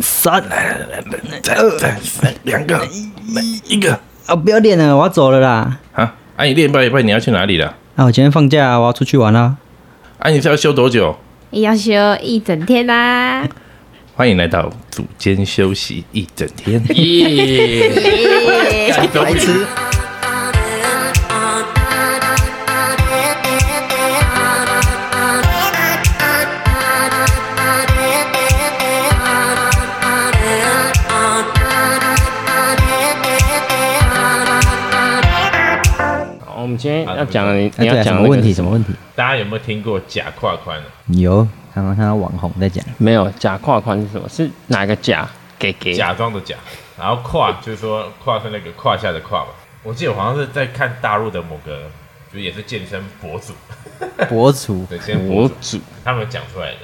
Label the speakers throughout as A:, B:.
A: 三、二、两个、一个
B: 啊，呃不要练了，我要走了啦。
A: 啊！啊，你练一半一半，你要去哪里了？
B: 啊，我今天放假，我要出去玩啦。
A: 啊，你是要休多久？
C: 要休一整天啊啦、
A: 欢迎来到组间休息一整天。
B: 白痴，
D: 好我们今天要讲的，你
B: 哎对
D: 你要
B: 啊什
D: 讲
B: 么
D: 的
B: 问题？什么问题？
A: 大家有没有听过假胯宽？
B: 有，看到看到网红在讲，
D: 没有假胯宽是什么？是哪个假？给给
A: 假装的假，然后胯就是说胯是那个胯下的胯嘛。我记得我好像是在看大陆的某个，就也是健身博主，
B: 博主
A: 对，健身博
D: 我
A: 主
D: 主，
A: 他们讲出来的。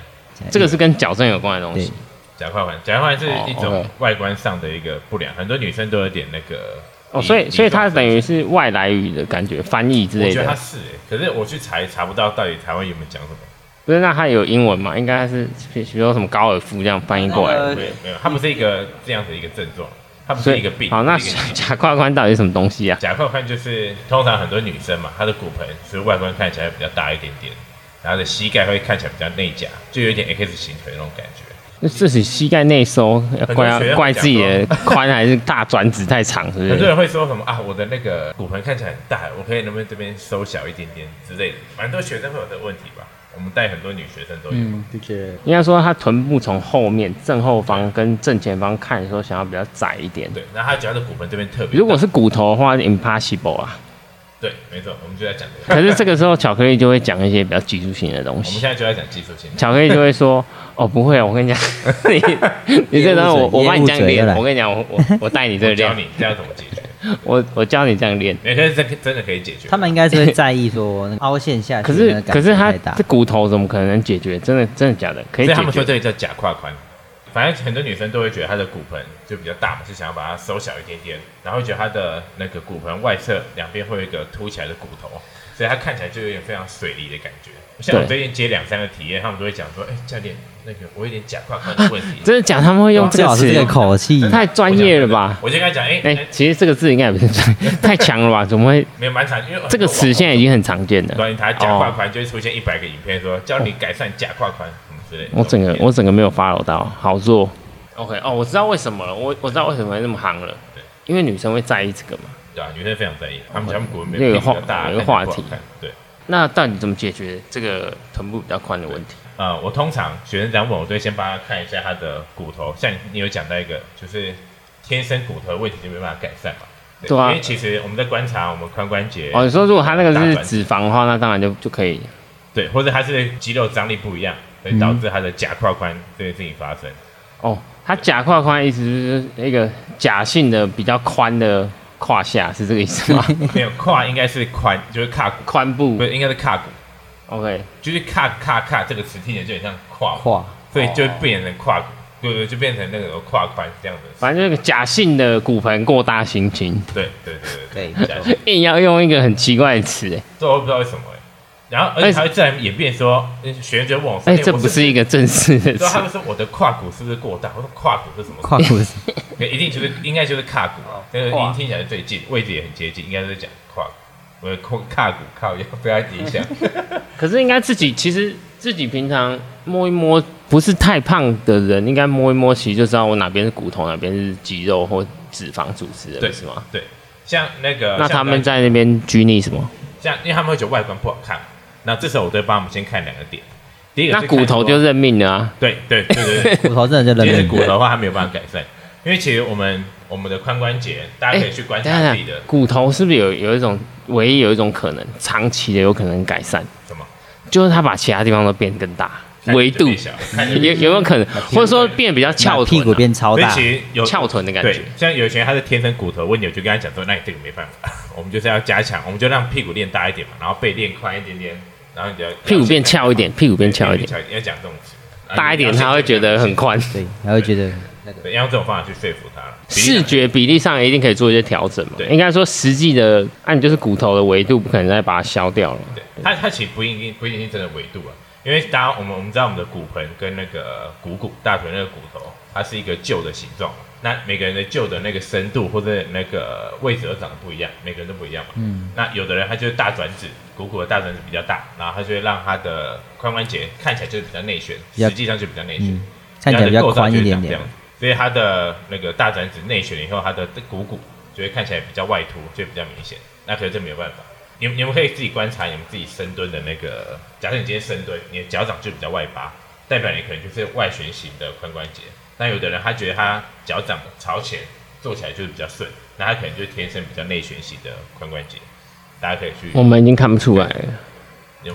D: 这个是跟矫正有关的东西。
A: 假胯宽，假胯宽是一
D: 哦
A: 种
D: ，OK
A: 外观上的一个不良，很多女生都有点那个
D: 哦，所以所以它等
A: 于
D: 于是外来语的感觉，翻译之
A: 我
D: 类
A: 觉得他
D: 的。
A: 是、欸，可是我去查也查不到到底台湾有没有讲什么，
D: 不是，那它有英文嘛？应该是比比如说什么高尔夫这样翻译
B: 呃
D: 过来的。
A: 对，没有，它不是一个这样子一个症状，它不
D: 所
A: 呃是一
D: 以
A: 个病。
D: 好，那
A: 是一个 疾病
D: 假胯宽到底是什么东西啊？
A: 假胯宽就是通常很多女生嘛，她的骨盆是外观看起来比较大一点点，然后的膝盖会看起来比较内夹，就有一点 X 型腿那种感觉。
D: 那自己膝盖内收，要怪
A: 很多学
D: 要
A: 生
D: 怪自己
A: 会
D: 的宽还是大转子太长，是不
A: 啊很多
D: 是？
A: 人会说什么啊，我的那个骨盆看起来很大，我可以能不能这边收小一点点之类的，蛮多学生会有这个问题吧。我们带很多女学生都有，
B: 嗯，的确，
D: 应该说它臀部从后面正后方跟正前方看的时候，想要比较窄一点。
A: 对，然后她觉得她的骨盆这边特别大，
D: 如果是骨头的话是，impossible 啊。
A: 对，没错，我们就在讲这个，
D: 可是这个时候，巧克力就会讲一些比较技术性的东
A: 我们
D: 西
A: 现。在就在讲技术性。
D: 巧克力就会说：“哦，不会啊，我跟你讲， 你你这张我我帮你这样
B: 业务嘴业务嘴又来
D: 练，我跟你讲，我我我带你这 个
A: 我教
D: 练，
A: 你这样怎么解决，
D: 我我教你这样练。
A: 每个人真真的可以解决。
B: 他们应该是会在意说那个凹陷下去
D: 可
B: 那
D: 是
B: 个感
D: 可是
B: 觉
D: 他
B: 太大
D: 这骨头怎么可能解决？真的真的假的？可以
A: 所以他
D: 解
A: 们说
D: 决。
A: 这个叫假胯宽。反正很多女生都会觉得她的骨盆就比较大嘛，就想要把它收小一点点，然后觉得她的那个骨盆外侧两边会有一个凸起来的骨头，所以她看起来就有点非常水泥的感觉。像我
D: 对
A: 最近接两三个体验，他们都会讲说：“哎、教练，那个我有点假胯宽的问题。
D: 真的假的？他们会用
B: 哇
D: 这
B: 这
D: 个
B: 老师
D: 词
B: 这，个口气，
D: 太专业了吧？”？
A: 我就跟他讲：“哎、
D: 哎、
A: 哎
D: 其实这个字应该也不是专业太强了吧？怎么会？
A: 没有蛮惨，因为
D: 这个词现在已经很常见了。
A: 关于他假胯宽，就会出现一百个影片说教你改善假胯宽什么之类的。”
D: 我整个我整个没有 follow 到，好弱。OK，哦，我知道为什么了，我我知道为什么会那么夯了
A: 对，
D: 因为女生会在意这个嘛。
A: 对啊，女生非常在意，他们他们骨盆
D: 哦那
A: 比
D: 个
A: 较
D: 话
A: 大，
D: 有一
A: 看起来
D: 个
A: 不
D: 话
A: 好
D: 题
A: 看对。
D: 那到底怎么解决这个臀部比较宽的问题？
A: 呃，我通常学生这样问，我都会先帮他看一下他的骨头，像你有讲到一个，就是天生骨头的问题就没办法改善嘛。
D: 对啊
A: 因为其实我们在观察我们髋关节，
D: 哦，你说如果它那个
A: 大
D: 是
A: 转
D: 脂肪的话，那当然就就可以。
A: 对，或者他是肌肉张力不一样，所以导致
D: 嗯
A: 他的假胯宽这件事情发生。
D: 哦，它假胯宽的意思就是那个假性的比较宽的胯下，是这个意思 吗？
A: 没有胯应该是宽，就是胯骨，
D: 宽部
A: 不。是应该是胯骨，
D: OK，
A: 就是胯胯胯这个词听起来就很像胯，
B: 胯
A: 所以就变成胯骨，对对，就变成那个胯宽这样子。
D: 反正就是假性的骨盆过大型型，
A: 对对对
B: 对，
A: 对，假 设
D: 硬要用一个很奇怪的词、哎
A: 这我不知道为什么欸然后而且还会自然演变说，嗯学员就问我说，
D: 哎、
A: 欸
D: 这
A: 我
D: 不是一啊个正式的
A: 啊然后他
D: 词，
A: 们说我的胯骨是不是过大？我说胯骨是什么？
B: 胯骨是
A: 对一定就是应该就是胯骨，这个
D: 哦胯
A: 音听起来最近，位置也很接近，应该是讲胯骨。我的胯胯骨靠腰，不要影 响。
D: 可是应该自己其实自己平常摸一摸，不是太胖的人，应该摸一摸，其实就知道我哪边是骨头，哪边是肌肉或脂肪组织的，
A: 对
D: 不是吗？
A: 对，像那个，
D: 那
A: 像
D: 他们在那边拘泥什么？
A: 像，因为他们会觉得外观不好看，那这时候我都会帮他们先看两个点。第一个
D: 那骨头就
A: 看说
D: 认命了啊！
A: 对对对对对，
B: 骨头真的就
A: 其
B: 冷
A: 实
B: 冷
A: 骨
B: 的，
A: 头的话，它没有办法改善，因为其实我们我们的髋关节，大家
D: 哎
A: 可以去观
D: 等一
A: 察
D: 下
A: 自己的
D: 啊骨头是不是有有一种唯一有一种可能，长期的有可能改善，
A: 什么
D: 就是它把其他地方都变更大，
A: 看着
D: 维度嗯
A: 变小看着
D: 有有
A: 变小
D: 没有可能，或者说变比较
B: 把
D: 翘臀、
B: 屁
D: 啊，
B: 股变超
A: 所以
B: 大，
A: 其实有
D: 翘臀的感觉
A: 对，像有些人他是天生骨头问题，我就跟他讲说，那你这个没办法， 我们就是要加强，我们就让屁股练大一点嘛，然后背练宽一点点，然后你就要
D: 屁股变翘一点，屁股变翘一点，
A: 要要讲这种词，
D: 大一点他会觉得很宽。
B: 对，然后觉得
A: 对，要用这种方法去说服他。
D: 视觉比例上一定可以做一些调整嘛
A: 对，
D: 应该说实际的，啊按、你就是骨头的维度不可能再把它削掉了嘛。
A: 对，他他其实不一定不一定真的维度啊，因为大家我们我们知道我们的骨盆跟那个股骨大腿那个骨头，它是一个旧的形状嘛。那每个人的旧的那个深度或者那个位置都长得不一样，每个人都不一样嘛。
B: 嗯，
A: 那有的人他就是大转子，股骨的大转子比较大，然后他就会让他的髋关节看起来就是比较内旋，
B: 比较
A: 实际上就比较内旋。
B: 嗯看起来比较宽一点
A: 这
B: 点
A: 样，，所以它的那个大转子内旋以后，它的股骨就会看起来比较外凸，就比较明显。那可是这没有办法，你们你们可以自己观察你们自己深蹲的那个，假设你今天深蹲，你的脚掌就比较外八，代表你可能就是外旋型的髋关节。那有的人他觉得他脚掌朝前做起来就是比较顺，那他可能就天生比较内旋型的髋关节。大家可以去，
D: 我们已经看不出来了，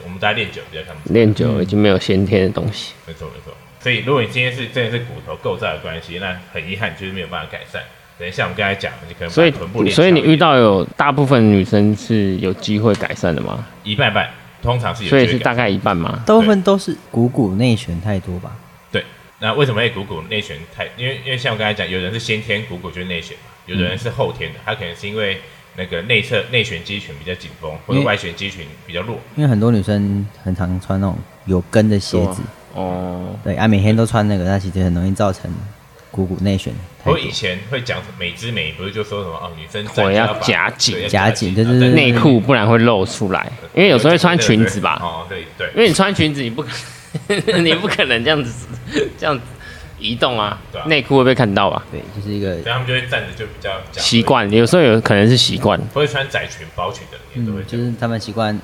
A: 我们大家练久比较看不出来。
D: 练久了已经没有先天的东西。
A: 没错没错。所以如果你今天是真的是骨头构造的关系，那很遗憾就是没有办法改善。等一下我们刚才讲的，你可能把
D: 所以
A: 臀部，练
D: 所以你
A: 强一点
D: 遇到有大部分女生是有机会改善的吗？
A: 一半半，通常是有
D: 所
A: 机
D: 以
A: 会
D: 是
A: 改
D: 大概一半吗？
B: 大部分都是股骨内旋太多吧？
A: 那为什么会股骨内旋太？因为因为像我刚才讲，有人是先天股骨就是内旋嘛，有的人是后天的，他可能是因为那个内侧内旋肌群比较紧
D: 嗯
A: 绷，或
B: 因
A: 者
B: 为
A: 外旋肌群比较弱。
B: 因为很多女生很常穿那种有跟的鞋子，
D: 哦，
B: 对，啊，每天都穿那个，那其实很容易造成股骨内旋太
A: 我
B: 多。
A: 以前会讲什么美姿美，不是就说什么哦，女生站
D: 我
A: 就
D: 要
A: 把
D: 夹紧
A: 对要
B: 夹紧对对对
D: 内裤不然会露出来，因为有时候会穿裙子吧。
A: 哦，对对
D: 因为你穿裙子，你不可你不可能 这样子这样子移动啊
A: 对啊，
D: 内裤、会被看到吧？
B: 对，就是一个
A: 所以他们就会站着就比较比较
D: 习，惯，有时候有可能是习惯。
A: 不会穿窄裙、薄裙的人也都会
B: 嗯，
A: 这
B: 就
A: 样。
B: 是他们习惯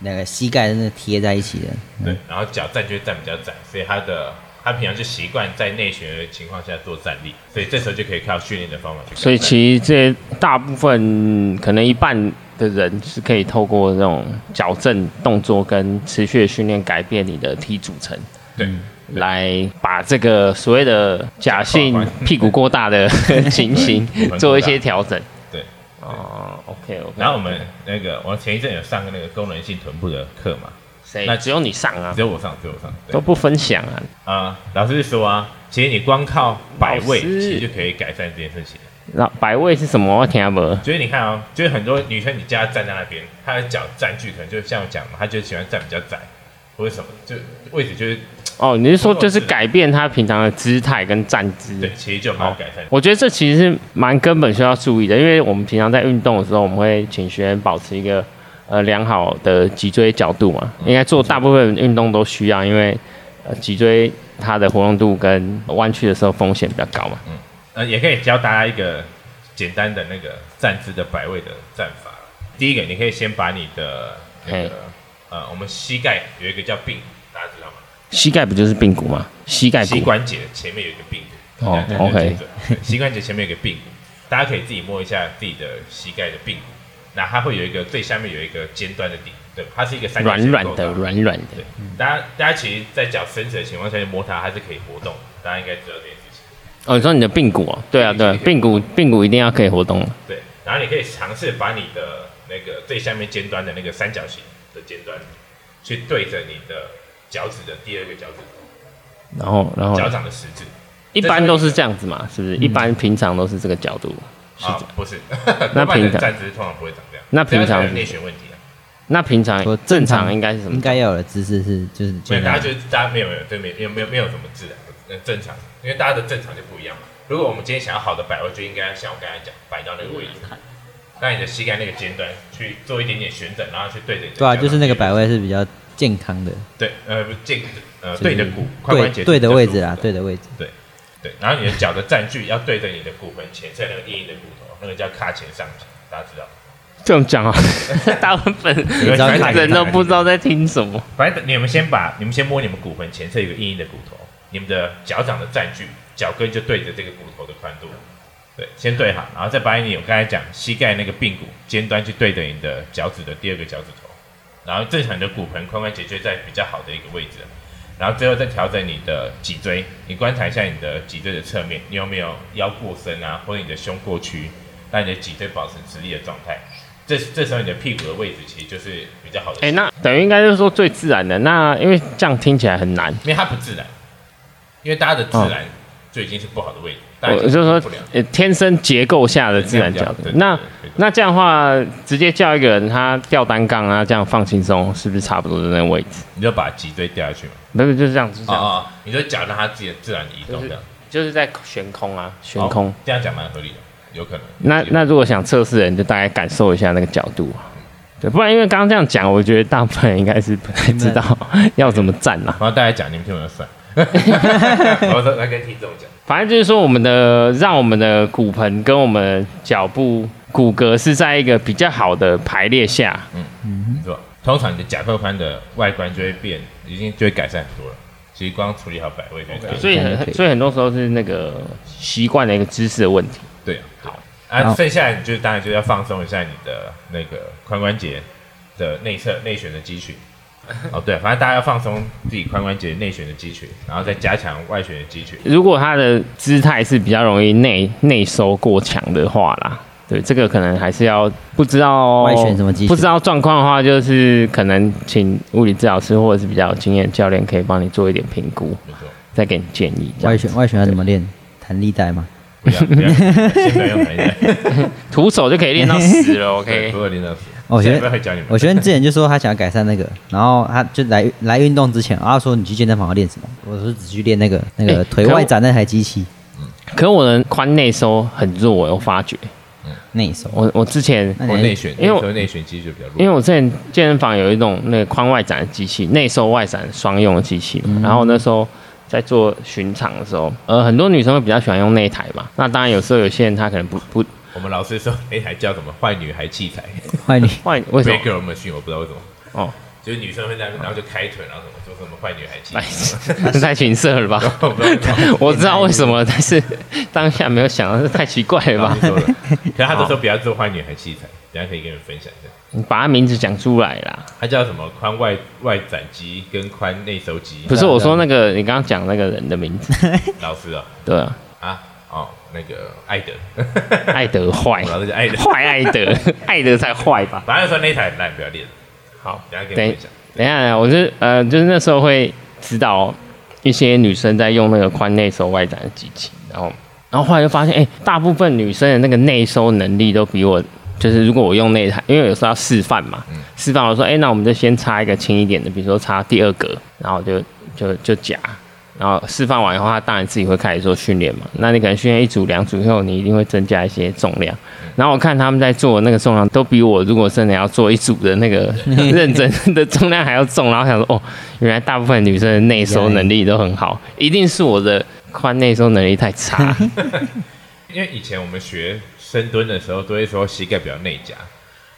B: 那个膝盖真的贴在一起的，
D: 嗯
A: 对，然后脚站就会站比较窄，所以他的他平常就习惯在内旋的情况下做站立，所以这时候就可以靠训练的方法去改善。
D: 所以其实这大部分可能一半的人是可以透过这种矫正动作跟持续的训练改变你的体组成，
A: 对
D: 嗯来把这个所谓的假 性
A: 胯宽
D: 屁股过大的情 形
A: 大
D: 做一些调整。
A: 对。
D: 哦，OK OK。
A: 然后我们那个我前一阵有上那个功能性臀部的课嘛，
D: 谁？
A: 那
D: 那只有你上啊
A: 只，有我上，只有我上。对
D: 都不分享啊。
A: 啊、老师说啊，其实你光靠摆位，
D: 老师
A: 其实就可以改善这件事情。
D: 那百位是什么？我听不懂。
A: 就是你看啊、就是很多女生，你叫她站在那边，她的脚占据可能就像我讲嘛，她就喜欢站比较窄，或者什么，就位置就是
D: 哦，你是说就是改变他平常的姿态跟站姿？
A: 对，其实就蛮有改善。
D: 我觉得这其实是蛮根本需要注意的，因为我们平常在运动的时候，我们会请学员保持一个呃良好的脊椎角度嘛，
A: 嗯
D: 应该做大部分运动都需要，因为呃脊椎它的活动度跟弯曲的时候风险比较高嘛。
A: 呃，也可以教大家一个简单的那个站姿的摆位的站法。第一个，你可以先把你的那
D: 嘿
A: 个呃，我们膝盖有一个叫髌骨，大家知道吗？
D: 膝盖不就是髌骨吗？膝哎盖骨
A: 膝关节前面有一个髌骨。
D: 哦
A: 这样就
D: OK
A: 精准对膝关节前面有一个髌骨，大家可以自己摸一下自己的膝盖的髌骨。那它会有一个最下面有一个尖端的顶，对吧，它是一个三角
D: 软
A: 形
D: 软
A: 构造
D: 的，软软的
A: 对。，大家大家其实，在脚伸直的情况下去摸它，它是可以活动的，大家应该知道这件事情。
D: 哦，你说你的髌骨哦？对啊，对啊，髌骨髌骨一定要可以活动。
A: 对，然后你可以尝试把你的那个最下面尖端的那个三角形的尖端，去对着你的脚趾的第二个脚趾，
D: 然后，然后
A: 脚掌的嗯食指。
D: 一般都是这样子嘛，是不是？一般平常都是这个角度。是
A: 啊
D: 这，
A: 不是，
D: 那
A: 多半的
D: 平常
A: 站姿通常不会长这样。
D: 那平常
A: 这样才有内旋问题啊，
D: 那平常
B: 说
D: 哎正常应该是什么
B: 应？该要有的姿势是就是
A: 没有，
B: 尽
A: 大家
B: 量
A: 就是大家没有没有对没有没有没有什么自然，呃正常，因为大家的正常就不一样嘛。如果我们今天想要好的摆位，就应该像我刚才讲，摆到那个位置，那你的膝盖那个尖端去做一点点旋转，然后去对着你的
B: 对啊，
A: 脚掌
B: 就是那个摆位是比较健康的，
A: 对，呃，不健呃
B: 就是
A: 对你的骨髋关节
B: 对对的位置啦，
A: 对。
B: 对的位置。
A: 对，然后你的脚的占据要对着你的骨盆前侧那个硬硬的骨头，那个叫髂前上肌，大家知道。
D: 这样讲啊， 大部分
A: 有
B: 人看
D: 人都不知道在听什么。
A: 反正你们先把你们先摸你们骨盆前侧有个硬硬的骨头，你们的脚掌的占据，脚跟就对着这个骨头的宽度，对，先对好，然后再把你我刚才讲膝盖那个髌骨尖端去对着你的脚趾的第二个脚趾头，然后正常你的骨盆髋关节就在比较好的一个位置，然后最后再调整你的脊椎，你观察一下你的脊椎的侧面，你有没有腰过伸啊，或者你的胸过屈，让你的脊椎保持直立的状态。这这时候你的屁股的位置其实就是比较好的，
D: 哎、那等于应该就是说最自然的。那因为这样听起来很难，
A: 因为它不自然，因为大家的自然就已经是不好的位置。大家已经
D: 我哦就是
A: 不
D: 说
A: 了，
D: 呃天生结构下的自然角度
A: 对。
D: 那
A: 对对
D: 那这样的话，直接叫一个人他吊单杠啊，这样放轻松，是不是差不多的那个位置？
A: 你就把脊椎掉下去嘛。
D: 不是，就是这样，就是这
A: 啊
D: 样，
A: 啊，啊你就脚让它自己自然移动这样。
D: 就是在悬空啊，悬空。
A: 哦这样讲蛮合理的，有可能。
D: 那
A: 有
D: 那如果想测试人，就大概感受一下那个角度啊。对，不然因为刚刚这样讲，我觉得大部分人应该是不太知道 要怎么站啊啦、
A: 然后大家讲，你们听我就 算。我说来跟听众讲，
D: 反正就是说，我们的让我们的骨盆跟我们脚部骨骼是在一个比较好的排列下，
A: 你
D: 嗯
A: 说，通常你的甲扣髋的外观就会变，已经就会改善很多了。其实光处理好摆位就可以。
D: 所以很所以很多时候是那个习惯的一个姿势的问题。
A: 对啊，好
B: 好
A: 啊，剩下你就当然就要放松一下你的那个髋关节的内侧内旋的肌群。哦，对，反正大家要放松自己髋关节内旋的肌群，然后再加强外旋的肌群。
D: 如果他的姿态是比较容易内内收过强的话啦，对这个可能还是要不知道
B: 外旋什么技巧
D: 不知道状况的话，就是可能请物理治疗师或者是比较有经验的教练可以帮你做一点评估，
A: 没错，
D: 再给你建议。这
B: 外
D: 样
B: 旋外旋要怎么练？弹力带吗？
A: 不要不要，先不要用反 应，
D: 徒手就可以练到死了。
A: 对
D: OK，
A: 不会练到死。
B: 哦我觉得
A: 现在不会教你们。
B: 我学生之前就说他想要改善那个，然后他就来来运动之前，然后他说你去健身房要练什么？我说只去练那个那
D: 哎
B: 个腿
D: 可
B: 外
D: 我
B: 展那台机器
D: 可我的髋内收很弱，我有发觉。
B: 内收。
D: 我我之前
B: 那你
A: 我
B: 还
A: 内旋，
D: 因为
A: 因
D: 我
A: 为内旋肌就比较弱。
D: 因为我之前健身房有一种那个髋外展的机器，内收外展双用的机器嘛。
B: 嗯
D: 然后那时候在做巡场的时候，呃，很多女生会比较喜欢用那一台嘛。那当然有时候有些人她可能不不
A: 我们老师说 那台叫什么“坏女孩器材
B: 坏你
D: 换为什么
A: ”，Big？Girl Machine，我不知道为什么，
D: 哦，
A: 就是女生会在那边，然后就开腿，然后什么说什么“坏女孩器
D: 白
A: 材。
D: 痴，这太情色了吧？”
A: 我不知道为什么。
D: 我知道为什么，但是当下没有想到，这太奇怪了吧
A: 老师？说的，可是他都说不要做坏女孩器材，等一下可以跟你们分享一下。
D: 你把他名字讲出来啦！
A: 它叫什么？髋外外展肌跟髋内收肌。
D: 不是
B: 对啊
D: 我说那个你刚刚讲那个人的名字，
A: 老师啊
D: 对啊，
A: 啊哦，那个艾德，
D: 艾德坏
A: 我，老师叫艾德。
D: 坏艾德，艾德才坏吧？
A: 反正说那台很烂，不要练。
D: 好，
A: 等一下跟你
D: 对
A: 分享。
D: 等一下，我是呃，就是那时候会知道一些女生在用那个髋内收外展的机器，然后然后后来就发现，哎、大部分女生的那个内收能力都比我，就是如果我用那一台，因为有时候要示范嘛，示范我说，哎、那我们就先插一个轻一点的，比如说插第二格，然后就就就夹。然后示范完以后，他当然自己会开始做训练嘛。那你可能训练一组、两组以后，你一定会增加一些重量。然后我看他们在做的那个重量，都比我如果真的要做一组的那个认真的重量还要重。然后想说，哦，原来大部分女生的内收能力都很好，一定是我的髋内收能力太差。
A: 因为以前我们学深蹲的时候，都会说膝盖比较内夹，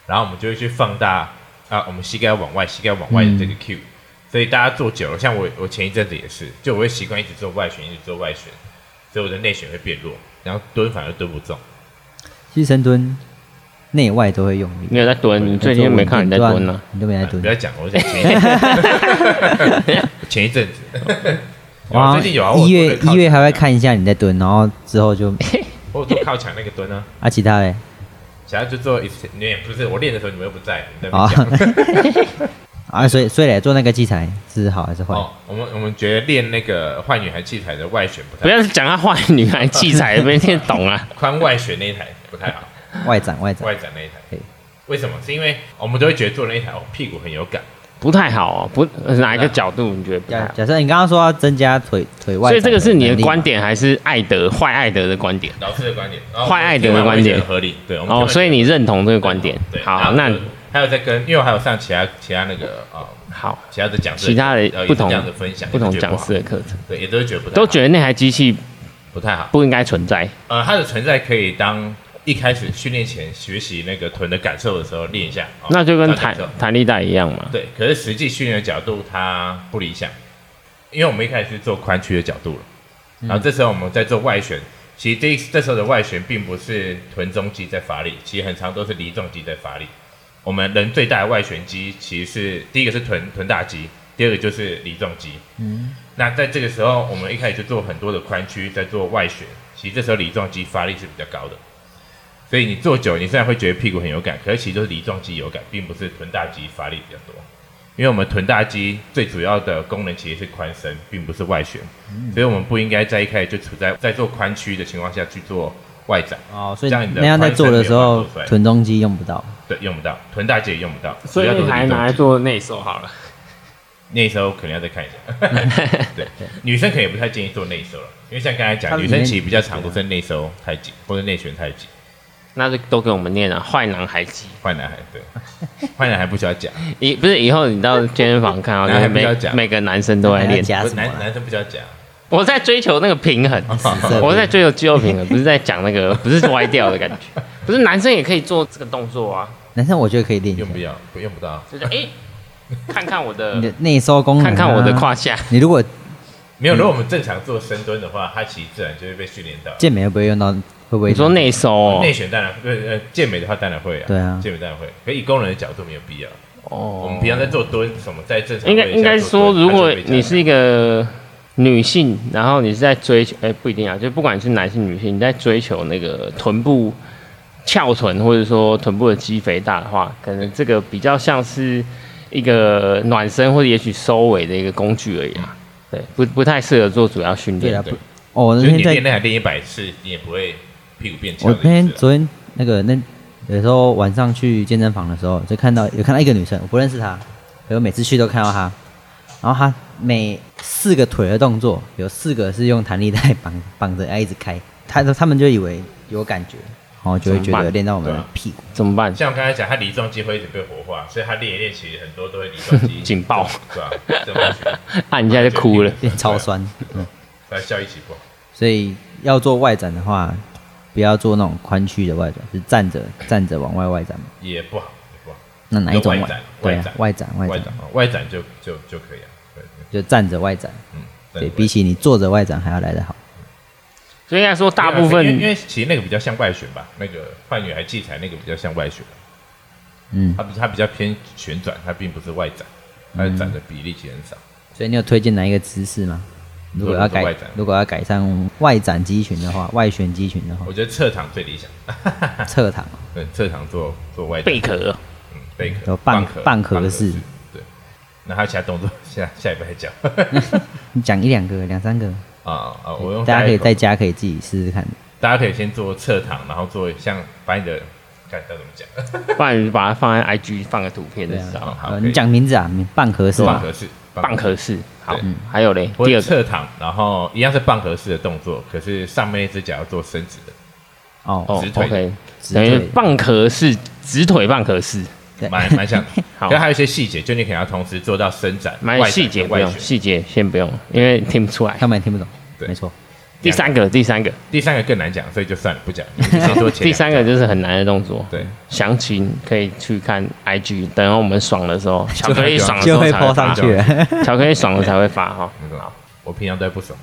A: 然后我们就会去放大啊，我们膝盖要往外，膝盖往外的这个 Q、所以大家做久了，像我，我前一阵子也是，就我会习惯一直做外旋，一直做外旋，所以我的内旋会变弱，然后蹲反而蹲不重。
B: 其实深蹲内外都会用力。
D: 你有在蹲，你最近没看到你在蹲呢、
B: 啊？你都没在
A: 哎不要
B: 蹲。
A: 讲，我讲前一 阵前一阵子，我最近有啊，我
B: 哦一
A: 有
B: 月
A: 做靠
B: 一月还会看一下你在蹲，然后之后 就
A: 我有做靠墙那个蹲啊，
B: 啊其他嘞，
A: 想要就做一次，你也不是我练的时候你们又不在，你们在
B: 啊
A: 那边讲。
B: 啊所以所以嘞做那个器材是好还是坏？
A: 哦，我们我们觉得练那个坏女孩器材的外旋不
D: 不
A: 太好，
D: 要讲她坏女孩器 材，没听懂啊。
A: 髋外旋那一台不太 好，
B: 外展外展
A: 外展那一台
B: 嘿。
A: 为什么？是因为我们都会觉得做那一台哦，屁股很有感，
D: 不太好哦，不哪一个角度你觉得不太
B: 假
D: 好？
B: 假设你刚刚说要增加腿腿外展
D: 所以这个是你
B: 能力
D: 的
B: 嘛
D: 观，点，还是艾德坏艾德的观点？
A: 老师的观点，然后
D: 坏艾德的
A: 我们
D: 观点
A: 听完我也觉得合理，对。我们听
D: 哦，
A: 完
D: 所以
A: 觉得
D: 你认同这个观点
A: 对。。然
D: 好，
A: 后
D: 那
A: 就还有在跟，因为我还有上其他其他那个啊，哦
D: 好，
A: 其他的讲师，
D: 其他的
A: 呃
D: 不同
A: 也是这样的分享，
D: 不同
A: 也都觉得
D: 讲
A: 好
D: 师，的课程
A: 对，也都是觉得不太
D: 都觉
A: 得
D: 得那台机器
A: 不太好。
D: 不应该存在。
A: 呃，它的存在可以当一开始训练前学习那个臀的感受的时候练一下，哦
D: 那就跟
A: 让
D: 弹
A: 你知道
D: 弹力带一样嘛。
A: 对，可是实际训练的角度它不理想，因为我们一开始是做髋区的角度了，然后这时候我们在做外旋，其实这这时候的外旋并不是臀中肌在发力，其实很长都是梨状肌在发力。我们人最大的外旋肌其实是第一个是臀臀大肌，第二个就是梨状肌。嗯，那在这个时候，我们一开始就做很多的髋区，在做外旋，其实这时候梨状肌发力是比较高的。所以你坐久，你虽然会觉得屁股很有感，可是其实都是梨状肌有感，并不是臀大肌发力比较多。因为我们臀大肌最主要的功能其实是髋伸，并不是外旋，
D: 嗯
A: 所以我们不应该在一开始就处在在做髋屈的情况下去做外展，
B: 哦，所以
A: 这样你的
B: 那样在做的时候
A: 髋伸没有办法做出来，
B: 臀中肌用不到。
A: 对，用不到，臀大肌也用不到，
D: 所以
A: 主要都是
D: 还
A: 运动
D: 拿来做内收好了。
A: 内收可能要再看一下。 对，女生可能也不太建议做内收了，因为像刚才
B: 它
A: 讲，
B: 里
A: 女
B: 面
A: 生其实比较常都是内收太紧或者内旋太紧，
D: 那就都给我们念了，坏男孩肌。
A: 坏男孩 对，坏男孩不需要讲，
D: 以不是以后你到健身 房看啊，
A: 男
D: 就是
A: 孩不
D: 每
A: 要讲
D: 每个男生都在
B: 还要
D: 练。
B: 夹什么啊
A: 男
B: 啦？
A: 男生不需要 讲，
D: 我在追求那个平衡，
B: 色
D: 我在追求肌肉平衡，不是在讲那个，不是歪掉的感觉。不是男生也可以做这个动作啊，
B: 男生我觉得可以练一下
A: 用不，要不用不到，
D: 就是哎、看看我
B: 你
D: 的
B: 的，嗯内收功能、啊
D: 看看我的。胯下。
B: 你如果
A: 没有。如果我们正常做深蹲的话，它其实自然就会被训练到。
B: 健美会不会用到？会不会？
D: 你说内收哦
A: 内，旋当然，呃呃，健美的话当然会啊，
B: 对啊
A: 健美当然会，可以工人的角度没有必要。我
D: 哦
A: 们平常在做蹲什么，在正常
D: 应该
A: 位置
D: 应该
A: 下做
D: 说，
A: 蹲
D: 如果
A: 它就会被
D: 你
A: 讲
D: 是一个女性，然后你是在追求，哎、不一定啊，就不管你是男性女性，你在追求那个臀部翘臀或者说臀部的肌肥大的话，可能这个比较像是一个暖身或者也许收尾的一个工具而已
A: 嗯
D: 啊。对，不不太适合做主要训
B: 对啊，
D: 练。
B: 不，哦，我那
A: 就是你
B: 天在
A: 练那台练一百次，你也不会屁股变翘
B: 我
A: 的意思啊。
B: 那天昨天那个那有时候晚上去健身房的时候，就看到有看到一个女生，我不认识她，可我每次去都看到她，然后她每四个腿的动作有四个是用弹力带绑绑着，要哎一直开，她她们就以为有感觉，然后就会觉
D: 怎么
B: 得
D: 办
B: 练到我们
A: 对
B: 的
A: 啊
B: 屁股，
D: 怎么 办？
A: 像我刚才讲，他梨状肌会一直被活化，所以他练一练，其实很多都会梨状 肌
D: 紧 爆，
A: 对吧？这种感觉
D: 按一下就 哭
A: 啊
D: 了。
B: 变超酸，嗯，
A: 它效益起不好。
B: 所以要做外展的话，不要做那种宽曲的外展，是站着站着往外外展嘛。
A: 也不好，也不好。
B: 那哪一种
A: 外展
B: 对
A: 外
B: 啊
A: 展，
B: 外展外
A: 外
B: 展
A: 展，哦外展就就就可以了。对，
B: 就站着外展，
A: 嗯，
B: 对
A: 但
B: 比起你坐着外展还要来得好。
D: 所以应该说，大部
A: 啊因为因
D: 分
A: 为其实那个比较像外旋吧，那个换女孩器材那个比较像外旋，
B: 嗯，
A: 它比它比较偏旋转，它并不是外展，它的展的比例其实很少。
B: 所以你有推荐哪一个姿势吗？如果要
A: 如果是
B: 改
A: 外展，
B: 如果要改善外展肌群的 话，外旋肌群的话
A: 我，觉得侧躺最理想，
B: 侧躺
A: 对，侧躺做做外展，
D: 贝壳
A: 嗯，贝壳
B: 有，半
A: 壳，
B: 半
A: 壳
B: 壳
A: 式
B: 式，
A: 对。那还有其他动作， 下下一步再 讲。
B: 你讲一两个、两三个，
A: 啊啊！我用
B: 大家可以
A: 下一口
B: 在家可以自己试试看。
A: 大家可以先做侧躺，然后做像把你的，看要怎么 讲，
D: 不然你就把它放在 IG 放个图片就知道
A: 好
D: 了。
A: 哦好
B: 呃
A: 可以
B: 你讲名字啊，你半壳式
A: 棒
B: 嘛，
A: 合式，
D: 蚌壳式，好
A: 对，
D: 还有嘞，
A: 或
D: 第
A: 者
D: 二个
A: 侧躺，然后一样是棒合式的动作，可是上面一只脚要做伸直的，
B: 哦，
D: 哦
A: 直腿
D: ，OK，
B: 直
D: 等于
B: 腿
D: 蚌壳式直腿蚌壳式，
B: 对
A: 蛮蛮像。
D: 好
A: 可是还有一些细节，就你可能要同时做到伸展、
D: 蛮
A: 外展
D: 细节
A: 跟
D: 不
A: 外
D: 用，
A: 旋。
D: 细节先不用，因为听不出来。
B: 他们也听不懂，
A: 对
B: 没错，
D: 第三个，第三个，
A: 第三个更难讲，所以就算了，不讲。你先说前两
D: 第三个就是很难的动作。
A: 对，
D: 详情可以去看 IG，等我们爽的时候，巧克力爽的时
B: 就
D: 候
B: 会
D: 才会
B: 抛上
D: 发，
B: 去了。
D: 巧克力爽了才会发哈。
A: 那个我平常都不爽，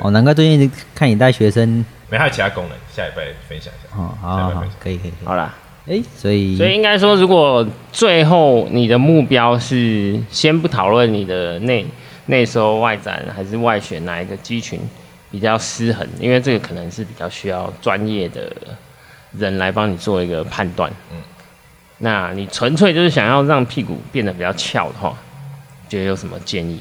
B: 哦，难怪最近一直看你带学生，
A: 没还有其他功能，下礼拜分享一下。
B: 哦，好好
A: 下礼拜
B: 好
A: 分享，
B: 可以可以可
D: 好啦，
B: 以。哎，所以
D: 所以应该说，如果最后你的目标是先不讨论你的内内收外展还是外旋哪一个肌群比较失衡，因为这个可能是比较需要专业的人来帮你做一个判断。嗯
A: 嗯，
D: 那你纯粹就是想要让屁股变得比较翘的话，你觉得有什么建议？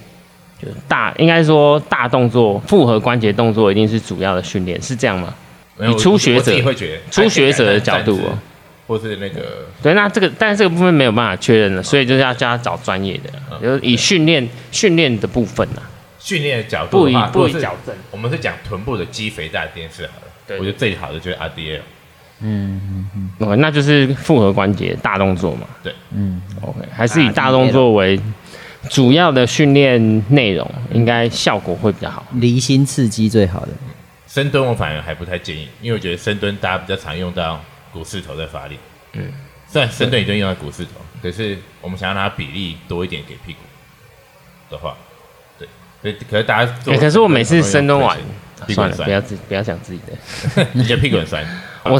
D: 就是大应该说大动作复合关节动作一定是主要的训练，是这样吗？
A: 没有
D: 以初
A: 我
D: 学者
A: 我自己会觉得
D: 初学者的角度
A: 站
D: 哦
A: 姿或是那个
D: 对，那这个但是这个部分没有办法确认了，所以就是要叫他找专业的，
A: 嗯
D: 就是以训练训练的部分啊，
A: 训练的角度
D: 不
A: 的
D: 以
A: 话，
D: 不
A: 如
D: 以
A: 果是
D: 矫正。
A: 我们是讲臀部的肌肥大这件事好了。
D: 对
A: 我觉得最好的就是 RDL，
B: 嗯嗯嗯
D: 哦，那就是复合关节大动作嘛。
B: 嗯，
D: OK，还是以大动作为主要的训练内容，应该效果会比较好。
B: 离心刺激最好的。
A: 深蹲我反而还不太建议，因为我觉得深蹲大家比较常用到股四头在发力。
D: 嗯
A: 嗯，虽然深蹲已经用到股四头，可是我们想要让它比例多一点给屁股的话，对，所以可是大家做、
D: 欸可是我每次深蹲完，
A: 屁股
D: 算
A: 很
D: 了，不要
A: 酸，
D: 自不要讲自己的，
A: 你的屁股很酸，
D: 我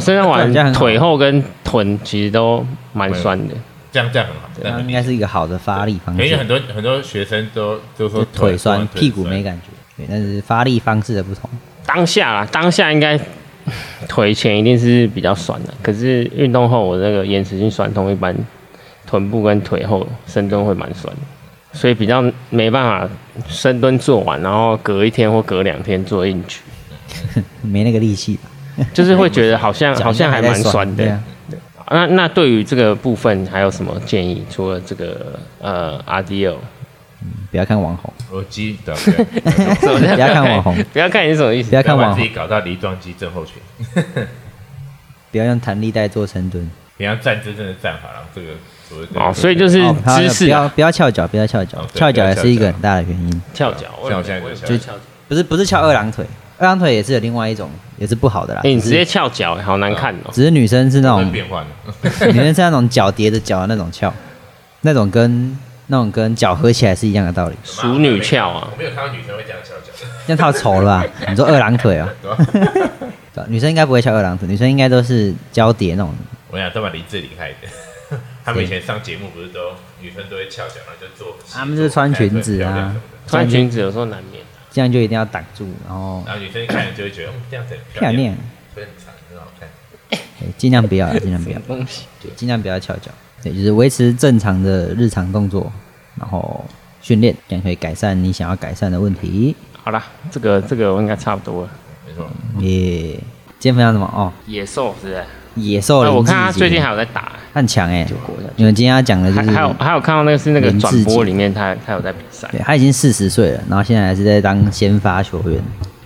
D: 深
B: 这
D: 蹲
B: 样
D: 完
B: 很好
D: 腿后跟臀其实都蛮酸的。
A: 这样这样很好，这
B: 对，啊
A: 样
B: 它
A: 很
B: 应
A: 理
B: 该
A: 想。
B: 是一个好的发力方
A: 因为很
B: 式。
A: 多很多学生都都说
B: 就腿酸，屁股没
A: 感。
B: 感觉，对，但是发力方式的不同。
D: 当下啦，当下应该 腿前一定是比较酸的，可是运动后我那个延迟性酸痛一般臀部跟腿后深蹲会蛮酸的，所以比较没办法深蹲做完，然后隔一天或隔两天做硬 举，
B: 没那个力气吧，
D: 就是会觉得好像
B: 脚
D: 好像还
B: 在
D: 蛮酸的
B: 对。啊
D: 那那对于这个部分还有什么建议？除了这个呃 RDL，
B: 不要看网红，
A: 我肌对 啊对啊
D: 不
B: 不要看 网红，
D: 不要看你是什么意思
B: 不？要
A: 不要
B: 看
A: 把
B: 网
A: 自己
B: 红，
A: 搞到梨状肌症候群。
B: 不要用弹力带做深蹲。
A: 你要站真正的站好了，这个所谓的
D: 哦，所以就是
B: 哦，还有
D: 姿势
B: 不
D: 啊、
B: 要不要翘脚，不要翘脚
A: 哦，对
B: 翘脚
A: 不要
B: 也
A: 翘
B: 是一个
A: 脚
B: 很大的原因。
D: 翘脚，我也
A: 像我现在
D: 我也
A: 就
D: 不会
A: 翘
D: 翘脚。
B: 不是不是翘二郎腿，二郎腿也是有另外一种，也是不好的啦。
D: 哎、你
B: 只
D: 直
B: 是
D: 接翘脚，好难看哦、
B: 只是女生是那
A: 会
B: 种，
A: 变换的。
B: 女生是那种脚叠着脚的那种翘，那种跟那种跟脚合起来是一样的道理，
D: 熟女翘啊
A: 我没有看到女生会这样翘脚的，
B: 这样太丑了吧？ 你说二郎腿哦、
A: 对吧？
B: 对女生应该不会翘二郎腿，女生应该都是交叠那种，
A: 我想都把林志玲害的。 他们以前上节目不是都女生都会翘脚，然后就做。
B: 他们就是穿裙子啊
A: 看起来很
D: 哎
A: 漂亮什么的
D: 穿裙子有时候难免。
B: 这样就一定要挡住，然后
A: 然后女生一看就会觉得，嗯，这样子很漂
B: 漂亮，
A: 腿很长，很好看。
B: 对尽量不要啦，啊尽量不 要，
D: 东西？
B: 对，尽量不要翘脚，对，就是维持正常的日常动作，然后训练，这样可以改善你想要改善的问题。
D: 好啦，这个这个我应该差不多了。
A: 没错，
B: 嗯
D: 嗯
B: 耶、今天分享什么？哦，
D: 野兽是不是？
B: 野兽
D: 哎
B: 林
D: 我
B: 志
D: 看他
B: 杰
D: 最近还有在打、
B: 他很强哎、欸
D: 国家，
B: 你们今天要讲的就
D: 还
B: 是
D: 还有还有看到那个是那个
B: 林志
D: 转
B: 杰
D: 播里面他他有在比赛。
B: 对，他已经四十岁了，然后现在还是在当先发球员。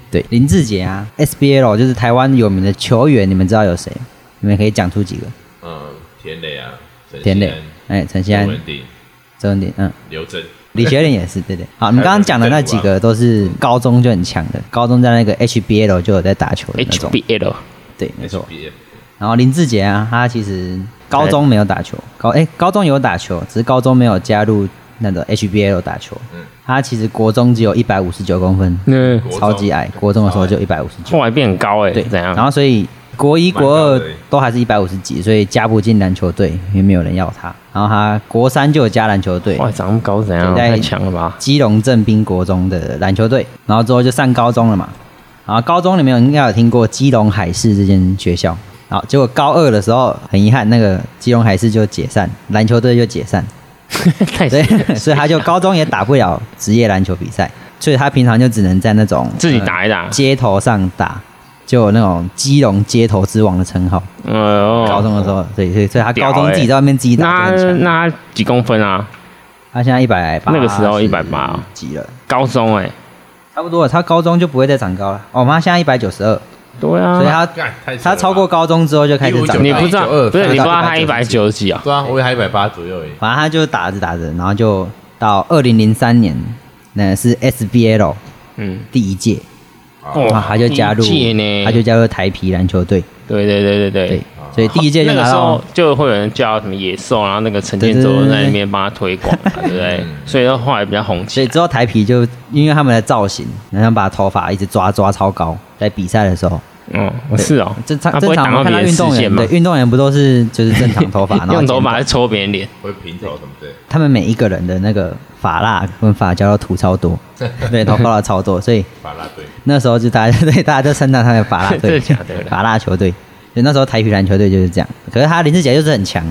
B: 对，林志杰啊，SBL 就是台湾有名的球员，你们知道有谁？你们可以讲出几个？
A: 嗯，田磊啊，陈
B: 田磊
A: 信安、，
B: 哎，陈
A: 周
B: 信安、
A: 文鼎、
B: 周文鼎，嗯，
A: 刘真，
B: 李学林也是，对对。好，你们刚刚讲的那几个都是高中就很强的，高中在那个 HBL 就有在打球的那种。
D: HBL
B: 对，没错。
A: HBL
B: 然后林志杰啊，他其实高中没有打球，高哎、高中有打球，只是高中没有加入那个 HBL 打球。
A: 嗯
B: 他其实国中只有一百五十九公分，
D: 那
A: 国中
B: 超级矮，国中的时候就一百五十九，
D: 后来变很高哎、
B: 对，
D: 怎样？
B: 然后所以国一、
A: 蛮
B: 国
A: 高的
B: 二
A: 欸
B: 都还是一百五十几，所以加不进篮球队，因为没有人要他。然后他国三就有加篮球队，
D: 哇，长那么高怎样？
B: 现在
D: 太强了吧！
B: 基隆正滨国中的篮球队，然后之后就上高中了嘛。然后高中你们应该有听过基隆海事这间学校，好，结果高二的时候很遗憾，那个基隆海事就解散，篮球队就解 散，
D: 太
B: 所
D: 强了
B: 以所以他就高中也打不了职业篮球比赛，所以他平常就只能在那种
D: 自己
B: 呃
D: 打一打。
B: 街头上打，就有那种基隆街头之王的称号。
D: 嗯、哦
B: 高中的时候，对，所以所以他
D: 屌
B: 高中
D: 欸
B: 自己在外面自己打
D: 那
B: 就很强。
D: 那他几公分啊？
B: 他现在一百八，
D: 那个时候180
B: 几了，
D: 高中哎、
B: 差不多了。他高中就不会再长高了。哦，妈，现在一百九十二，
D: 对啊，
B: 所以他
A: 干太扯了
B: 他
A: 吧
B: 超过高中之后就开始长高。
D: 你不知道，
A: 192
D: 不是你不知道他一
B: 192
D: 百九十几啊？
A: 对啊，我以为他一百八左右而已。
B: 反正他就打着打着，然后就到二零零三年，那是 SBL
D: 嗯，
B: 第一届，
A: 哦
B: 然后他就加入
D: 第一届呢，
B: 他就加入台皮篮球队。
D: 对对对对
B: 对
D: 对。，
B: 所以第一届就哦
D: 哦那
B: 拿
D: 个时
B: 到
D: 候就会有人叫他什么野兽，然后那个陈建州在那边帮他推广嘛，对不 对？所以后来比较红
B: 所
D: 起
B: 以
D: 来。
B: 之后台皮就因为他们的造型，然后把头发一直抓抓超高，在比赛的时候，
D: 嗯，是哦，
B: 正
D: 他
B: 常
D: 不
B: 正
D: 会挡
B: 常
D: 到
B: 我看到
D: 别人
B: 运
D: 视
B: 动
D: 线
B: 员
D: 嘛
B: 对？运动员不都是就是正常 头发，然后
D: 用头
B: 剪
D: 发
B: 短
D: 去戳别人脸，
A: 会平头什么的，
B: 他们每一个人的那个发蜡跟发胶都涂超 多，对，头发了超多，所以
A: 法拉队。
B: 那时候就大家 对大家就称赞他们法蜡
D: 真
B: 队
D: 的假的啦，
B: 法蜡球队。就那时候台皮篮球队就是这样，可是他林志杰就是很强。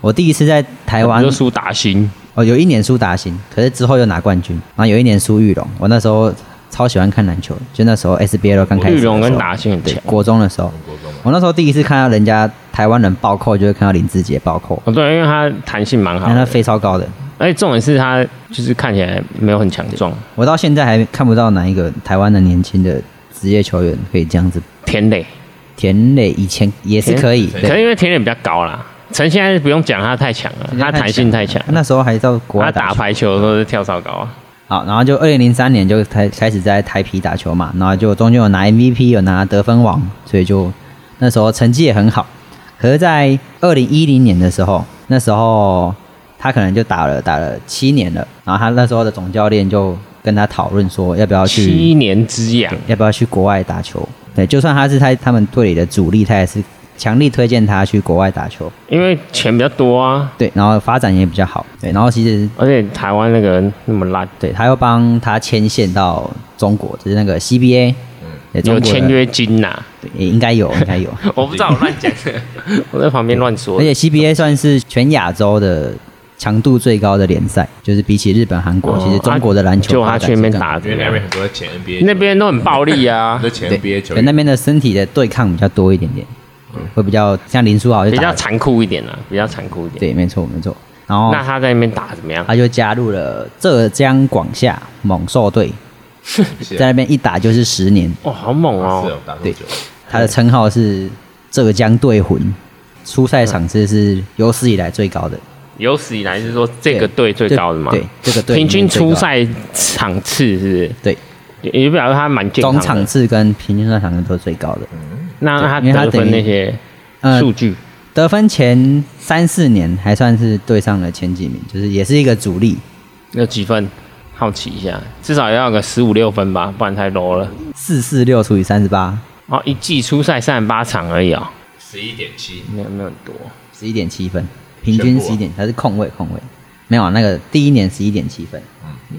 B: 我第一次在台湾
D: 我就输打星，
B: 哦，有一年输达兴，可是之后又拿冠军，然后有一年输玉龙，我那时候超喜欢看篮球，就那时候 SBL 刚开始的
D: 玉
B: 时候，
D: 龙跟打星很
B: 对
D: 强。
B: 国中的时候，
A: 国中嘛，
B: 我那时候第一次看到人家台湾人暴扣，就会看到林志杰暴扣，
D: 哦，对，因为他弹性蛮好
B: 看他
D: 的，
B: 飞超高的，
D: 而且重点是他就是看起来没有很强壮。
B: 我到现在还看不到哪一个台湾的年轻的职业球员可以这样子。
D: 田磊，
B: 田磊以前也是可以，
A: 田
D: 可
B: 对
D: 是因为田磊比较高啦，陈现在不用讲，他太强了，他弹性太强
B: 他。那时候还到国
D: 他
B: 外
D: 打
B: 打球。
D: 排球的时候是跳超高啊，
B: 好，然后就二零零三年就开开始在台皮打球嘛，然后就中间有拿 MVP，有拿得分王，所以就那时候成绩也很好。可是，在二零一零年的时候，那时候他可能就打了打了七年了，然后他那时候的总教练就跟他讨论说，要不要去
D: 七年之痒。
B: 要不要去国外打球？对，就算他是他他们队里的主力，他也是强力推荐他去国外打球。
D: 因为钱比较多啊，
B: 对，然后发展也比较好。对，然后其实
D: 而且台湾那个那么烂，
B: 对他又帮他牵线到中国，就是那个 CBA，
A: 嗯
B: 对，中
D: 有
B: 国的
D: 签约金呐、
B: 对也应该 有，应该有。
D: 我不知道，我乱讲的， 我在旁边乱说
B: 而。且 CBA 算是全亚洲的强度最高的联赛，就是比起日本、韩国，
D: 哦啊
B: 其实中国的篮球
D: 就他
B: 发展
D: 去那边
B: 是更
D: 打，
A: 因为那边很多前 NBA，
D: 那边都很暴力啊
A: 很多，前
B: 对
A: NBA 球
B: 对那
A: 员，
B: 边的身体的对抗比较多一点点，会比较像林书豪就
D: 嗯比较
B: 打得
D: 残酷一点啊，比较残酷一点。
B: 对，没啊错没错。然后
D: 那他在那边打怎么样？
B: 他就加入了浙江广厦猛兽队，
A: 是
B: 在那边一打就是十年，
D: 哇，好猛
B: 啊
A: 是
D: 哦！
A: 有打多
B: 对
A: 久？
B: 他的称号是浙江队魂，出赛场次是有史以来最高的，
D: 有史以来是说这个队最高的嘛？
B: 对，这个队
D: 平均
B: 里面最高
D: 出赛场次是不是？
B: 对
D: 也也表示他蛮健康
B: 总
D: 的。
B: 场次跟平均出赛场次都是最高的。
D: 那他
B: 因为他
D: 得
B: 等
D: 分
B: 于
D: 那些
B: 呃
D: 数据，
B: 得分前三四年还算是队上的前几名，就是也是一个主力，
D: 有几分？好奇一下，至少要有个十五六分吧，不然太 low 了。
B: 四四六除以三十八，
D: 哦，一季出赛三十八场而已哦，
A: 十一点七，
D: 没有没有很多。
B: 十一点七分，平均
A: 全部啊
B: 十一点，他是控卫控卫，没有啊那个第一年十一点七分，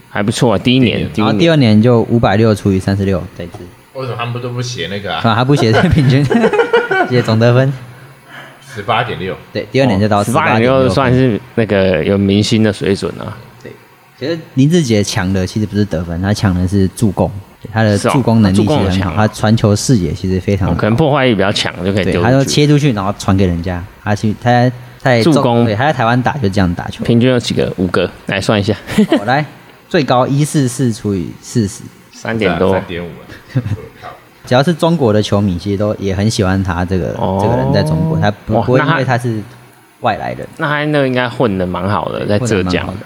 D: 还不错、啊，第一年，第
B: 然后
D: 一
B: 第
D: 年，
B: 二年就五百六除以三十六，对，是，
A: 为什么他们都不写那个啊？
B: 啊，他不写平 均，写总得分，
A: 十八点六，
B: 对，第二年就到
D: 哦十
B: 十
D: 八
B: 八
D: 年
B: 点
D: 就算是那个有明星的水准啊。
B: 对。其实林志杰强的其实不是得分，他强的是助攻，对他的
D: 是哦
B: 助攻能力
D: 助
B: 其实
D: 攻很
B: 很
D: 强
B: 好，
D: 啊
B: 他传球视野其实非常
D: 哦，
B: 好。
D: 可能破坏力比较强，就可以
B: 对，
D: 丢
B: 他就
D: 出去。
B: 切出去，然后传给人家，他去他在在
D: 助
B: 中
D: 攻
B: 对，他在台湾打就这样打球。
D: 平均有几个？五个，来算一下，
B: 哦、来，最高一四四除以四十，
D: 三点多
A: 三。点五，靠
B: 只要是中国的球迷，其实都也很喜欢他这个、
D: 哦
B: 这个人在中国，他不
D: 哇
B: 不会
D: 那他
B: 因为他是外来人，
D: 那他那应该混的蛮好的，在
B: 混
D: 浙
B: 得蛮
D: 江
B: 好的。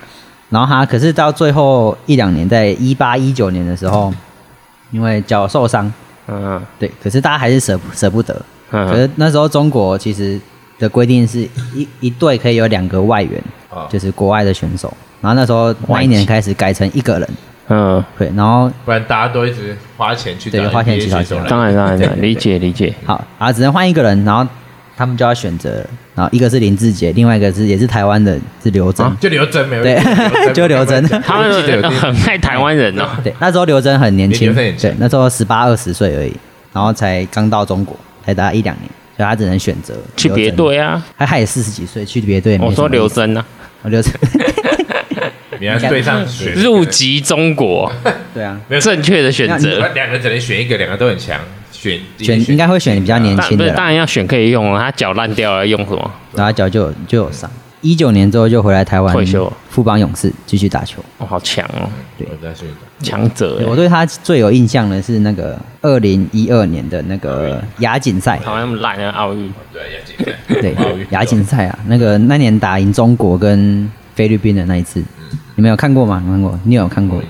B: 然后他可是到最后一两年，在一八一九年的时候，因为脚受伤，
D: 嗯
B: 对，可是大家还是舍舍不得。可
D: 嗯，
B: 是那时候中国其实的规定是一一队可以有两个外援，
A: 啊
B: 就是国外的选手。然后那时候那
D: 外籍
B: 一年开始改成一个人，
D: 嗯，
B: 对，然后
A: 不然大家都一直花钱去找
B: 对花钱
A: NBA
B: 去找
A: 选手
B: 球
A: 来，
D: 当然当然
A: 对
D: 当然，理解理解。
B: 好啊，只能换一个人，然后他们就要选择，然后一个是林志杰，另外一个是也是台湾的，是刘真。
A: 就刘真没有，
B: 对 就刘真
D: 他们
A: 记得有 听
D: 很爱台湾人哦。
B: 对，那时候刘真很年
A: 刘
B: 轻，
A: 真很年轻
B: 对，那时候十八二十岁而已，然后才刚到中国，才大概一两年，所以他只能选择
D: 去
B: 刘
D: 别
B: 真。
D: 队啊！
B: 他他也四十几岁，去别队。
D: 我说刘，真啊，
B: 哦刘真，
A: 你要对上选
D: 入籍中国，
B: 对啊，
A: 没有
D: 正确的选择。
A: 两个只能选一个，两个都很强，选第一
B: 选啊应该会选比较年
D: 当
B: 轻
D: 不
B: 的
D: 是，
B: 啦
D: 当。然要选可以用啊，他脚烂掉了用什么？
B: 然后脚就有就有伤。一九年之后就回来台湾
D: 退休
B: 富邦勇士继续打球。
D: 哦，好强哦，
B: 对
A: 我再选一个
D: 强者
B: 嗯我
D: 欸！
B: 对他最有印象的是那个二零一二年的那个亚锦赛，
D: 台湾那么烂啊，奥运
A: 哦对亚锦
B: 对
A: 奥运
B: 亚锦赛啊，那个那年打赢中国跟菲律宾的那一次，
D: 嗯
B: 你们有看过吗？你们看过？你有看过？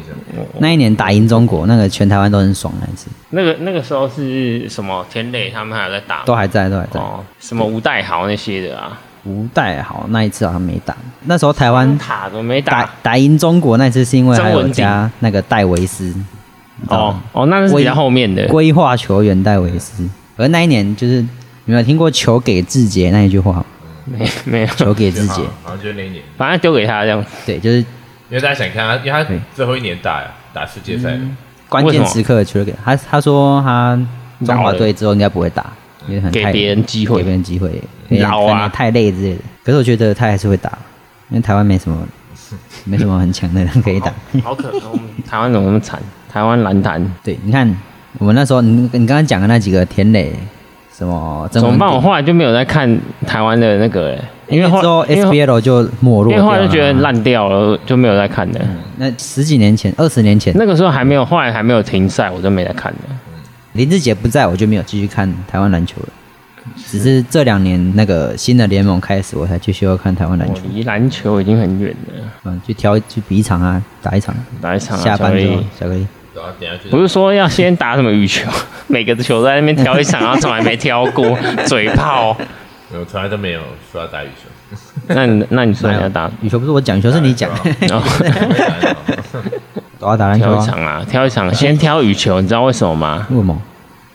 B: 那一年打赢中国，那个全台湾都很爽那一次，
D: 那个那个时候是什么？田磊他们还有在打吗
B: 都还在，都还在。
D: 哦，什么吴代豪那些的啊，
B: 吴代豪那一次好像没打，那时候台湾
D: 塔都没
B: 打
D: 打。
B: 打赢中国那一次是因为还
D: 曾文
B: 有
D: 鼎
B: 加那个戴维斯，你知道
D: 哦
B: 吗
D: 哦，那是比较后面的。
B: 规划球员戴维斯。而那一年就是你们有听过“球给志杰”那一句话 吗？
D: 没没有，
B: 球给志杰，
D: 啊
A: 好像就是那一年，
D: 反正丢给他这样。
B: 对，就是
A: 因为大家想看他，因为他最后一年打打世界赛的，
B: 嗯关键时刻球给他。他说他中华队之后应该不会打，因为很
D: 给
B: 太
D: 别人机会
B: 给别人机会，
D: 老啊
B: 可能太累之类的。可是我觉得他还是会打，因为台湾没什么没什么很 强的人可以打。
D: 好可能，我们台湾怎么那么惨？台湾篮坛
B: 对，你看我们那时候，你你刚刚讲的那几个田磊。什么？
D: 怎
B: 曾
D: 么
B: 文
D: 办？
B: 鼎
D: 我后来就没有在看台湾的那个了，因为后
B: 之后
D: 因为后
B: SBL 就没落
D: 因为
B: 掉
D: 后来
B: 了，啊
D: 就觉得烂掉了，就没有在看的。
B: 那十几年前、二十年前，
D: 那个时候还没有，后来还没有停赛，我就没在看的。
B: 林志杰不在，我就没有继续看台湾篮球了。只是这两年那个新的联盟开始，我才继续要看台湾篮
D: 我
B: 球。
D: 离篮球已经很远了，
B: 嗯，去挑去比一场啊，打一场。
D: 打一场啊
B: 下
D: 小
B: 班之后
D: 李，
B: 小龟
A: 然后等下去
D: 不是说要先打什么羽球， 每个球在那边挑一场，然后从来没挑 过，嘴炮。
A: 我从来都没有说要打羽球，
D: 那你那你说你要打？
B: 羽球不是我讲，羽球啊是你讲，
D: 然后
B: 我要打篮球
D: 挑一
B: 啊。
D: 场啊，挑一场，先挑羽球，你知道为什么吗？
B: 为什么？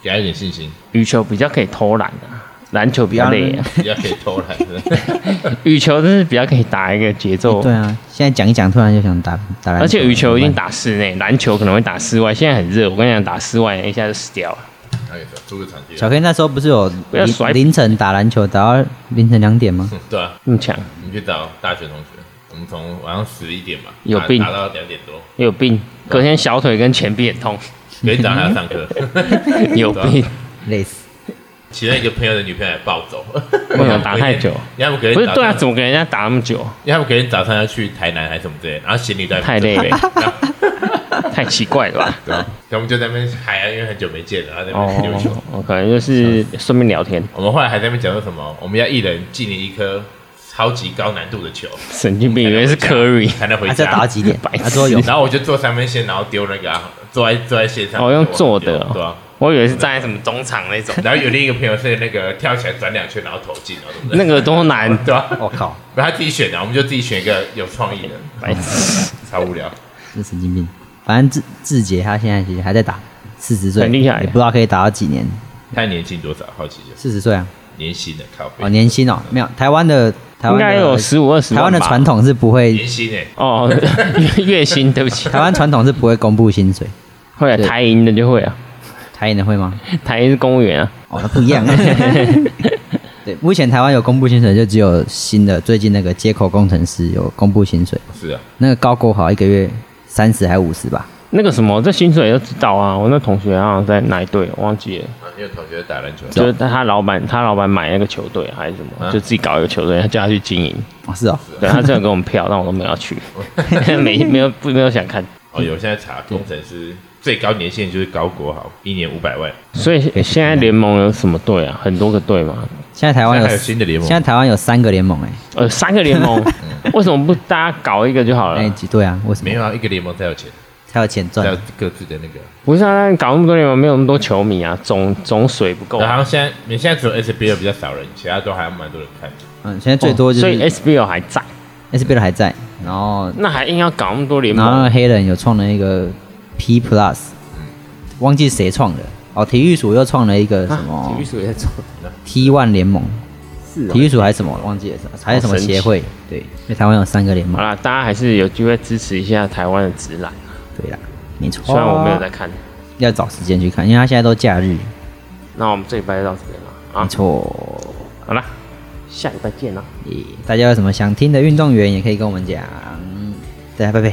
A: 给他一点信心，
D: 羽球比较可以偷懒啊，篮球比较累啊，
A: 比较可以偷懒
D: 羽球真是比较可以打一个节奏
B: 对。啊，现在讲一讲，突然就想打打篮球。
D: 而且羽球一定打室内，篮球可能会打室外。现在很热，我跟你讲，打室外一下就死掉了。
A: 然后也走租个场地，
B: 小黑那时候不是有
D: 不要甩
B: 凌凌晨打篮球打到凌晨两点吗？
A: 嗯对啊，
D: 那么强，
A: 你去找大学同学，我们从晚上十一点吧，
D: 有
A: 打
D: 病
A: 打到两点多，
D: 有病，隔天小腿跟前臂也 痛，
A: 每天早上还要上 课，
D: 有病，
B: 累死！
A: 其中一个朋友的女朋友还暴走，
D: 为什么打太久？
A: 要不隔天
D: 不是
A: 早
D: 对啊，
A: 上
D: 怎么给人家打那么久？
A: 要不隔天早上要去台南还是什么之类的，然后行李带
D: 太累了，太奇怪了 吧？
A: 对啊，然后我们就在那边嗨啊，因为很久没见了，然后在那边溜球。
D: 哦，我可能就是顺便聊天，
A: 我们后来还在那边讲说什么，我们要一人进一颗超级高难度的球，
D: 神经病，以为是 Curry，
A: 才能回
B: 他在
A: 家。
B: 啊打到几点？
D: 白痴
B: 他说有
A: 然后我就坐三分线，然后丢那个、啊，坐在坐在线上。
D: 哦用坐的哦
A: 对啊。
D: 我以为是站在什么中场那种，
A: 然后有另一个朋友是那个跳起来转两圈，然后投进，然后怎么
D: 那个多难，
A: 对吧、啊？
B: 我靠，
A: 然后他自己选的，我们就自己选一个有创意的，
D: 白痴，
A: 超无聊。
B: 这神经病！反正志志杰他现在其实还在打，四十岁，
D: 很厉害
B: 也不知道可以打到几年。
A: 他年薪多少？好奇就是
B: 四十岁啊，
A: 年薪的咖啡。
B: 哦，年薪哦，没有台湾的台
D: 应
B: 湾
D: 该有
B: 的
D: 十五二十，
B: 台湾的传统是不会
A: 年，薪哎、
D: 哦， 月月薪，对不起，
B: 台湾传统是不会公布薪水，
D: 会啊
B: 对
D: 台银的就会啊，
B: 台演的会 吗？
D: 台银是公务员啊，
B: 哦，那不一样。对，目前台湾有公布薪水，就只有新的最近那个接口工程师有公布薪水，
A: 是啊，
B: 那个高国豪一个月三十还五十吧，
D: 那个什么，这薪水都知道啊，我那同学好像在哪一队，我忘记了。
A: 啊你有同学打篮球，
D: 就是他老板，他老板买那个球队还是什么，
A: 啊
D: 就自己搞一个球队，他叫他去经营。
B: 哦是哦，
D: 对他真的给我们票，但我都没有要去， 没没有不没有想看。
A: 哦，有现在查工程师最高年限就是高国豪，一年五百万。
D: 所以现在联盟有什么队啊？很多个队嘛，
B: 现在台湾
A: 现
B: 有
A: 在还有新的联盟
B: 现在台湾有三个联盟哎、
D: 呃，三个 联盟，为什么不大家搞一个就好
B: 哎、
D: 了？
B: 对啊，为什么
A: 没有啊，一个联盟才有钱，
B: 才有钱
A: 才有
B: 赚？
A: 各自的那个。
D: 不是啊，搞那么多联盟，没有那么多球迷啊，总总水不够
A: 然后好
D: 啊。
A: 像现在你现在只有 SBL 比较少人，其他都还蛮多人看。
B: 嗯，现在最多就
A: 哦
D: 所以
A: 哎
B: 是
D: SBL 还在，
B: SBL 还在，然后
D: 那还硬要搞那么多联
B: 然后
D: 盟，
B: 黑人有创了一个 P Plus，忘
A: 嗯
B: 记谁创的哦，体育署又创了一个什
A: 啊
B: 么
D: 体育署也在做，
B: T One 联盟，
D: 是啊
B: 体育署还是什么忘记了，还是什么协会？对，因为台湾有三个联
D: 哦好
B: 盟，
D: 啦，大家还是有机会支持一下台湾的直男，
B: 对啦，没错。
D: 虽然我没有在
B: 哦
D: 看。
B: 要找时间去看，因为他现在都假日，
D: 那我们这礼拜就到这边了啊
B: 没。错。
D: 好了，下礼拜见啦。
B: 也大家有什么想听的运动员，也可以跟我们讲。大家拜拜。